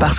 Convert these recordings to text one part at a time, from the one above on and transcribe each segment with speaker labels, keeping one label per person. Speaker 1: Parce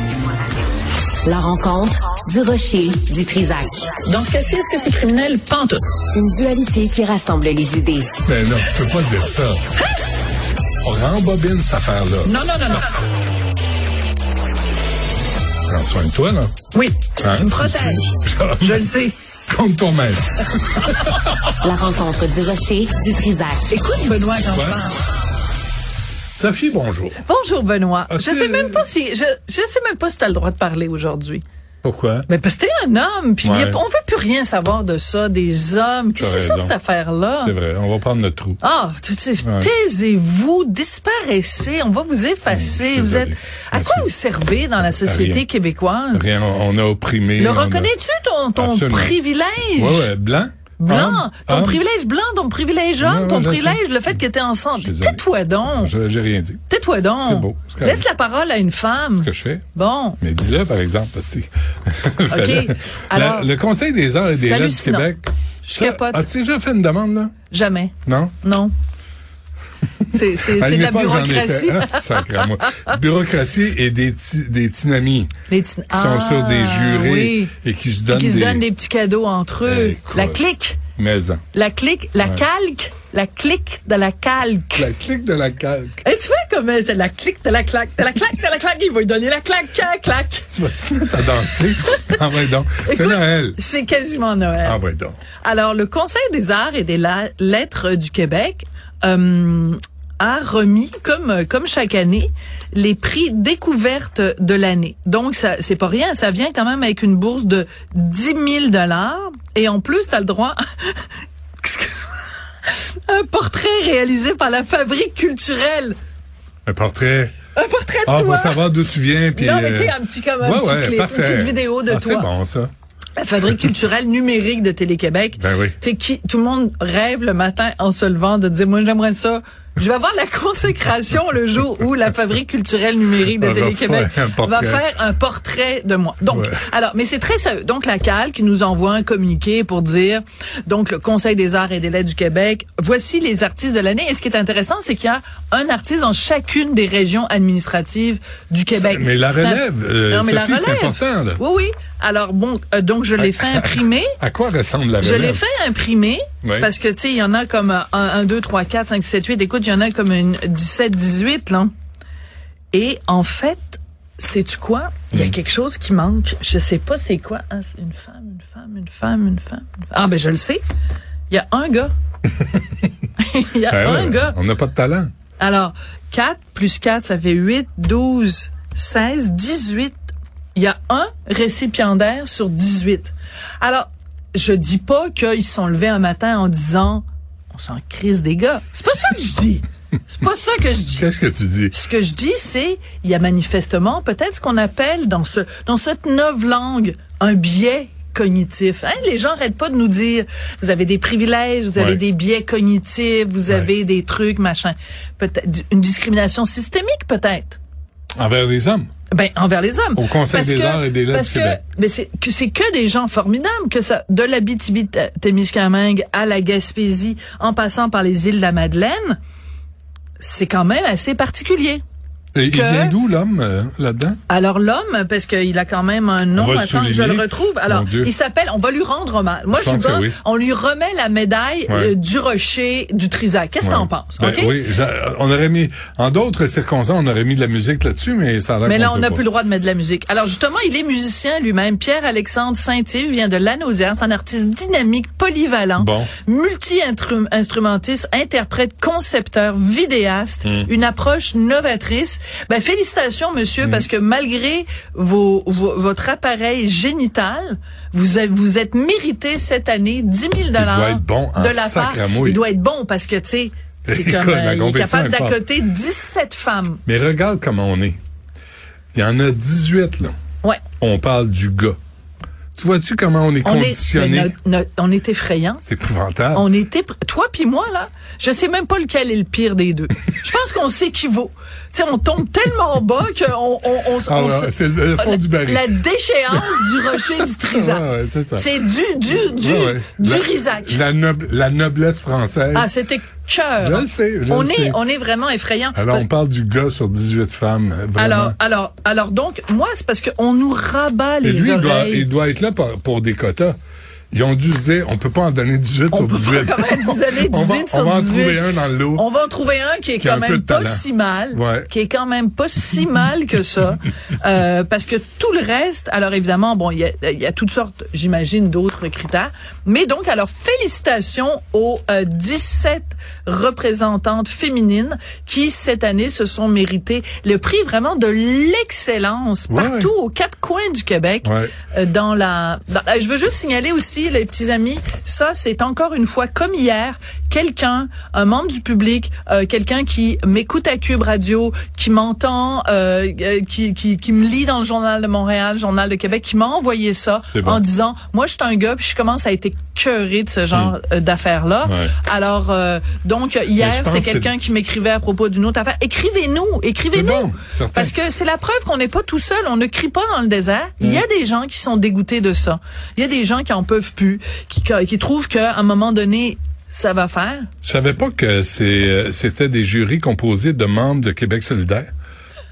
Speaker 2: La rencontre du rocher du Trisac.
Speaker 3: Dans ce cas-ci, est-ce que c'est criminel? Pente.
Speaker 2: Une dualité qui rassemble les idées.
Speaker 4: Mais Ben non, tu peux pas dire ça. On rembobine cette affaire-là.
Speaker 3: Non, non, non, non.
Speaker 4: Prends soin de toi, là.
Speaker 3: Oui,
Speaker 4: Hein,
Speaker 3: tu me
Speaker 4: tu
Speaker 3: protèges.
Speaker 4: sais.
Speaker 3: Je le sais.
Speaker 4: Compte ton maître.
Speaker 2: La rencontre du rocher du Trisac.
Speaker 3: Écoute, Benoît, quand
Speaker 4: Ouais.
Speaker 3: je parle.
Speaker 4: Sophie, bonjour.
Speaker 3: Bonjour, Benoît.
Speaker 4: Ah,
Speaker 3: je
Speaker 4: tu-
Speaker 3: sais même pas si, je, je sais même pas si t'as le droit de parler aujourd'hui.
Speaker 4: Pourquoi?
Speaker 3: Mais parce que t'es un homme, puis
Speaker 4: Ouais.
Speaker 3: y a- on veut plus rien savoir de ça, des hommes. Qu'est-ce que c'est ça,
Speaker 4: raison.
Speaker 3: cette affaire-là?
Speaker 4: C'est vrai, on va prendre notre trou.
Speaker 3: Ah, tu sais,
Speaker 4: Ouais.
Speaker 3: taisez-vous, disparaissez, on va vous effacer. vous
Speaker 4: Mmh, désolé.
Speaker 3: êtes, à quoi
Speaker 4: Merci.
Speaker 3: vous servez dans la société
Speaker 4: rien.
Speaker 3: québécoise?
Speaker 4: Rien, on on a opprimé.
Speaker 3: Le
Speaker 4: on a-
Speaker 3: reconnais-tu ton, ton
Speaker 4: Absolument.
Speaker 3: privilège?
Speaker 4: Ouais, ouais, blanc.
Speaker 3: Blanc,
Speaker 4: Homme?
Speaker 3: ton
Speaker 4: Homme?
Speaker 3: privilège blanc, ton privilège
Speaker 4: Ouais,
Speaker 3: homme,
Speaker 4: ouais,
Speaker 3: ton
Speaker 4: je
Speaker 3: privilège,
Speaker 4: sais.
Speaker 3: le fait que t'es enceinte.
Speaker 4: Je suis désolé.
Speaker 3: Tais-toi donc.
Speaker 4: Je- J'ai rien dit.
Speaker 3: Tais-toi donc.
Speaker 4: C'est beau, c'est correct.
Speaker 3: Laisse la parole à une femme.
Speaker 4: Ce que je fais.
Speaker 3: Bon.
Speaker 4: Mais dis-le, par exemple, parce que. Fallait-
Speaker 3: alors-
Speaker 4: La- le Conseil des arts et des
Speaker 3: C'est
Speaker 4: lettres du
Speaker 3: hallucinant.
Speaker 4: Québec.
Speaker 3: Je
Speaker 4: ça-
Speaker 3: capote.
Speaker 4: As-tu déjà fait une demande, là?
Speaker 3: Jamais.
Speaker 4: Non?
Speaker 3: Non. C'est c'est-
Speaker 4: À
Speaker 3: c'est
Speaker 4: une
Speaker 3: de la
Speaker 4: époque, j'en ai
Speaker 3: bureaucratie.
Speaker 4: fait. Ah, sacrément. bureaucratie et des, ti- des tinamis
Speaker 3: Les petits-
Speaker 4: qui sont sur des
Speaker 3: Ah,
Speaker 4: jurés
Speaker 3: oui.
Speaker 4: et qui se donnent
Speaker 3: Qui se
Speaker 4: des...
Speaker 3: donnent des petits cadeaux entre eux.
Speaker 4: Écoute.
Speaker 3: La clique.
Speaker 4: maisons.
Speaker 3: La clique. La calque. La clique de la calque.
Speaker 4: La clique de la calque.
Speaker 3: Et tu vois comme euh, c'est la clique de la claque, de la claque, de la claque, il va lui donner la claque, claque, claque.
Speaker 4: Tu vas-tu te mettre à danser? ah ouais donc. C'est
Speaker 3: Écoute,
Speaker 4: Noël.
Speaker 3: C'est quasiment Noël.
Speaker 4: Ah ouais donc.
Speaker 3: Alors, le Conseil des arts et des la- lettres du Québec euh, a remis, comme, euh, comme chaque année, les prix découvertes de l'année. Donc, ça c'est pas rien. Ça vient quand même avec une bourse de 10 000 Et en plus, tu as le droit... Excuse-moi. Un portrait réalisé par la Fabrique culturelle.
Speaker 4: Un portrait.
Speaker 3: Un portrait de
Speaker 4: Ah,
Speaker 3: toi.
Speaker 4: pour savoir d'où tu viens. Puis,
Speaker 3: Non, mais
Speaker 4: euh,
Speaker 3: tu sais, un petit comme un
Speaker 4: ouais,
Speaker 3: petit
Speaker 4: ouais,
Speaker 3: clip, une
Speaker 4: parfait.
Speaker 3: petite vidéo de
Speaker 4: Ah,
Speaker 3: toi.
Speaker 4: C'est bon, ça.
Speaker 3: La fabrique culturelle numérique de Télé-Québec.
Speaker 4: Ben oui.
Speaker 3: Tu sais, qui, tout le monde rêve le matin en se levant de dire, moi, j'aimerais ça. Je vais avoir la consécration le jour où la fabrique culturelle numérique de
Speaker 4: Elle Ah, va
Speaker 3: Télé-Québec
Speaker 4: faire un
Speaker 3: va
Speaker 4: portrait.
Speaker 3: faire un portrait de moi. Donc,
Speaker 4: Ouais.
Speaker 3: alors, mais c'est très sérieux. Donc, la CAL qui nous envoie un communiqué pour dire, donc, le Conseil des arts et des lettres du Québec, voici les artistes de l'année. Et ce qui est intéressant, c'est qu'il y a un artiste dans chacune des régions administratives du Québec.
Speaker 4: Mais la
Speaker 3: Eh ben, C'est un-
Speaker 4: relève, euh,
Speaker 3: non, mais la
Speaker 4: Sophie, c'est
Speaker 3: relève.
Speaker 4: important, là.
Speaker 3: Oui, oui. Alors, bon, euh, donc, je l'ai fait imprimer.
Speaker 4: À quoi ressemble la
Speaker 3: Je
Speaker 4: relève?
Speaker 3: l'ai fait imprimer
Speaker 4: Oui.
Speaker 3: parce que, tu sais, il y en a comme 1, 2, 3, 4, 5, 7, 8. Écoute, il y en a comme une 17, 18, là. Et en fait, sais-tu quoi? Il
Speaker 4: Mm.
Speaker 3: y a quelque chose qui manque. Je sais pas c'est quoi. Ah, c'est une femme, une femme, une femme, une femme. une femme. Ah, ben, je le sais. Il y a un gars. Il y a
Speaker 4: Ben
Speaker 3: un
Speaker 4: ouais,
Speaker 3: gars.
Speaker 4: On n'a pas de talent.
Speaker 3: Alors, 4 plus 4, ça fait 8, 12, 16, 18. Il y a un récipiendaire sur 18. Alors, je dis pas qu'ils se sont levés un matin en disant « On s'en crise des gars ». C'est pas ça que je dis. C'est pas ça que je dis.
Speaker 4: Qu'est-ce que tu dis?
Speaker 3: Ce que je dis, c'est il y a manifestement peut-être ce qu'on appelle dans ce dans cette neuve langue un biais cognitif. Hein? Les gens arrêtent pas de nous dire vous avez des privilèges, vous avez
Speaker 4: Ouais.
Speaker 3: des biais cognitifs, vous
Speaker 4: Ouais.
Speaker 3: avez des trucs machin. Peut-être une discrimination systémique peut-être.
Speaker 4: Envers les hommes.
Speaker 3: Ben envers les hommes.
Speaker 4: Au Conseil des arts et des lettres
Speaker 3: Parce
Speaker 4: du
Speaker 3: que
Speaker 4: Québec.
Speaker 3: mais c'est que c'est que des gens formidables que ça de la Témiscamingue à la Gaspésie en passant par les îles de la Madeleine, c'est quand même assez particulier.
Speaker 4: Et il
Speaker 3: Que-
Speaker 4: vient d'où l'homme euh, là-dedans?
Speaker 3: Alors l'homme, parce qu'il a quand même un nom,
Speaker 4: va le
Speaker 3: attends, que je le
Speaker 4: souligner.
Speaker 3: retrouve. Alors,
Speaker 4: Mon Dieu.
Speaker 3: il s'appelle, on va lui rendre hommage. Moi,
Speaker 4: Je
Speaker 3: je, suis
Speaker 4: pense que
Speaker 3: bonne.
Speaker 4: oui.
Speaker 3: On lui remet la médaille
Speaker 4: Ouais.
Speaker 3: euh, du rocher du Trisac. Qu'est-ce que t'en
Speaker 4: Ouais.
Speaker 3: penses?
Speaker 4: Ben
Speaker 3: OK?
Speaker 4: Oui, j'a- on aurait mis, en d'autres circonstances, on aurait mis de la musique là-dessus, mais ça a l'air
Speaker 3: Mais
Speaker 4: qu'on
Speaker 3: là, on
Speaker 4: peut
Speaker 3: n'a
Speaker 4: pas.
Speaker 3: plus le droit de mettre de la musique. Alors justement, il est musicien lui-même. Pierre-Alexandre Saint-Yves vient de Lanaudière. C'est un artiste dynamique, polyvalent,
Speaker 4: Bon.
Speaker 3: multi-instrumentiste, interprète, concepteur, vidéaste,
Speaker 4: Mmh.
Speaker 3: une approche novatrice. Ben, félicitations, monsieur,
Speaker 4: Mmh.
Speaker 3: parce que malgré vos, vos- votre appareil génital, vous, avez- vous êtes mérité cette année 10 000
Speaker 4: doit être bon en
Speaker 3: de la part.
Speaker 4: sacramouille.
Speaker 3: Il doit être bon parce que, tu sais, c'est
Speaker 4: Écoute,
Speaker 3: comme,
Speaker 4: la
Speaker 3: euh, il est
Speaker 4: compétition
Speaker 3: capable
Speaker 4: est forte.
Speaker 3: d'accoter 17 femmes.
Speaker 4: Mais regarde comment on est. Il y en a 18, là.
Speaker 3: Ouais.
Speaker 4: On parle du gars. Tu vois-tu comment on est
Speaker 3: On est, mais
Speaker 4: conditionné?
Speaker 3: notre- notre- on est effrayant.
Speaker 4: C'est épouvantable.
Speaker 3: On était, toi puis moi là, je sais même pas lequel est le pire des deux. Je pense qu'on s'équivaut. Tu sais, on tombe tellement bas qu'on on, on, s-
Speaker 4: Ah,
Speaker 3: on
Speaker 4: ouais,
Speaker 3: se-
Speaker 4: c'est le, le fond
Speaker 3: la,
Speaker 4: du baril.
Speaker 3: la déchéance du rocher du Trisac.
Speaker 4: Ouais, ouais, c'est ça.
Speaker 3: c'est du du du
Speaker 4: Ouais, ouais.
Speaker 3: du
Speaker 4: La-
Speaker 3: Risac.
Speaker 4: La, noble- la noblesse française.
Speaker 3: Ah, c'était cœur.
Speaker 4: Je le sais, je
Speaker 3: on
Speaker 4: le
Speaker 3: est
Speaker 4: sais.
Speaker 3: on est vraiment effrayant.
Speaker 4: Alors,
Speaker 3: Parce-
Speaker 4: on parle du gars sur 18 femmes. euh, Vraiment.
Speaker 3: alors alors alors donc moi c'est parce qu'on nous rabat
Speaker 4: Et
Speaker 3: les
Speaker 4: lui, il doit,
Speaker 3: oreilles.
Speaker 4: il doit être là pour, pour des quotas. Ils ont dû se dire, on peut pas en donner 18
Speaker 3: On
Speaker 4: sur
Speaker 3: peut
Speaker 4: 18.
Speaker 3: pas quand même dix années,
Speaker 4: on va,
Speaker 3: 18
Speaker 4: on
Speaker 3: sur
Speaker 4: va en
Speaker 3: 18.
Speaker 4: trouver un dans le lot.
Speaker 3: On va en trouver un qui est
Speaker 4: Qui
Speaker 3: quand
Speaker 4: a un peu
Speaker 3: même
Speaker 4: de
Speaker 3: pas
Speaker 4: talent.
Speaker 3: si mal,
Speaker 4: Ouais.
Speaker 3: qui est quand même pas si mal que ça, Euh, parce que tout le reste, alors évidemment, bon, il y a, il y a toutes sortes, j'imagine, d'autres critères, mais donc, alors, félicitations aux euh, 17 représentantes féminines qui, cette année, se sont méritées le prix vraiment de l'excellence
Speaker 4: Ouais.
Speaker 3: partout aux quatre coins du Québec.
Speaker 4: Ouais.
Speaker 3: Euh, dans la. dans- euh, je veux juste signaler aussi, les petits amis, ça, c'est encore une fois comme hier, quelqu'un, un membre du public, euh, quelqu'un qui m'écoute à Cube Radio, qui m'entend, euh, euh, qui, qui, qui me lit dans le journal de Montréal, le journal de Québec, qui m'a envoyé ça
Speaker 4: C'est bon.
Speaker 3: en disant, moi, je suis un gars, puis je commence à être écœuré de ce genre euh, d'affaires-là.
Speaker 4: Mm. Ouais.
Speaker 3: Alors, euh, donc hier,
Speaker 4: Mais je pense
Speaker 3: c'est
Speaker 4: que c'est-
Speaker 3: quelqu'un qui m'écrivait à propos d'une autre affaire. Écrivez-nous,
Speaker 4: C'est
Speaker 3: écrivez-nous,
Speaker 4: bon, certain.
Speaker 3: parce que c'est la preuve qu'on n'est pas tout seul. On ne crie pas dans le désert. Il y a des gens qui sont dégoûtés de ça. Il y a des gens qui en peuvent plus, qui, qui trouvent qu'à un moment donné, ça va faire.
Speaker 4: Je savais pas que c'est, euh, c'était des jurys composés de membres de Québec solidaire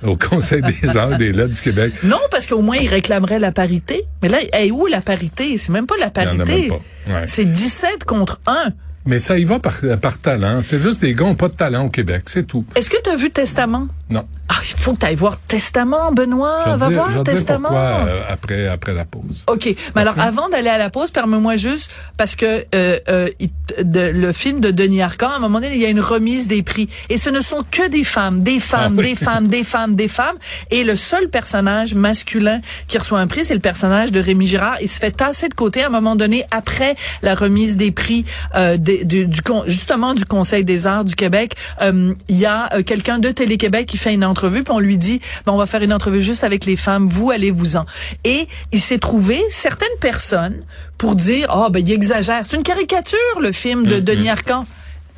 Speaker 4: au Conseil des arts et des lettres du Québec.
Speaker 3: Non, parce qu'au moins, ils réclameraient la parité. Mais là, hey, où est la parité? C'est même pas la
Speaker 4: Il y en a même
Speaker 3: parité.
Speaker 4: pas. Ouais.
Speaker 3: C'est 17 contre 1.
Speaker 4: Mais ça y va par, euh, par talent. C'est juste des gars qui ont pas de talent au Québec. C'est tout.
Speaker 3: Est-ce que tu as vu Testament?
Speaker 4: Non.
Speaker 3: Ah, il faut que tu ailles voir Testament, Benoît.
Speaker 4: Je vais
Speaker 3: Ah, Va
Speaker 4: dire- je
Speaker 3: voir
Speaker 4: vais dire
Speaker 3: Testament.
Speaker 4: pourquoi euh, après, après la pause.
Speaker 3: OK. Mais alors, avant d'aller à la pause, permets-moi juste, parce que euh, euh, il- de- le film de Denis Arcand, à un moment donné, il y a une remise des prix. Et ce ne sont que des femmes, des femmes,
Speaker 4: Ah oui.
Speaker 3: des femmes, des femmes, des femmes. Et le seul personnage masculin qui reçoit un prix, c'est le personnage de Rémi Girard. Il se fait tasser de côté à un moment donné, après la remise des prix, euh, des- du, du con- justement, du Conseil des arts du Québec. Euh, Il y a euh, quelqu'un de Télé-Québec qui fait une entrevue, puis on lui dit, ben, on va faire une entrevue juste avec les femmes, vous allez-vous-en. Et il s'est trouvé certaines personnes pour dire, ah ben il exagère. C'est une caricature, le film de Denis Arcand.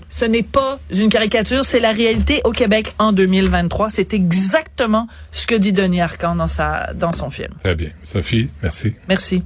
Speaker 3: Ce n'est pas une caricature, c'est la réalité au Québec en 2023. C'est exactement ce que dit Denis Arcand dans, sa, dans son film.
Speaker 4: Très bien. Sophie, merci.
Speaker 3: Merci.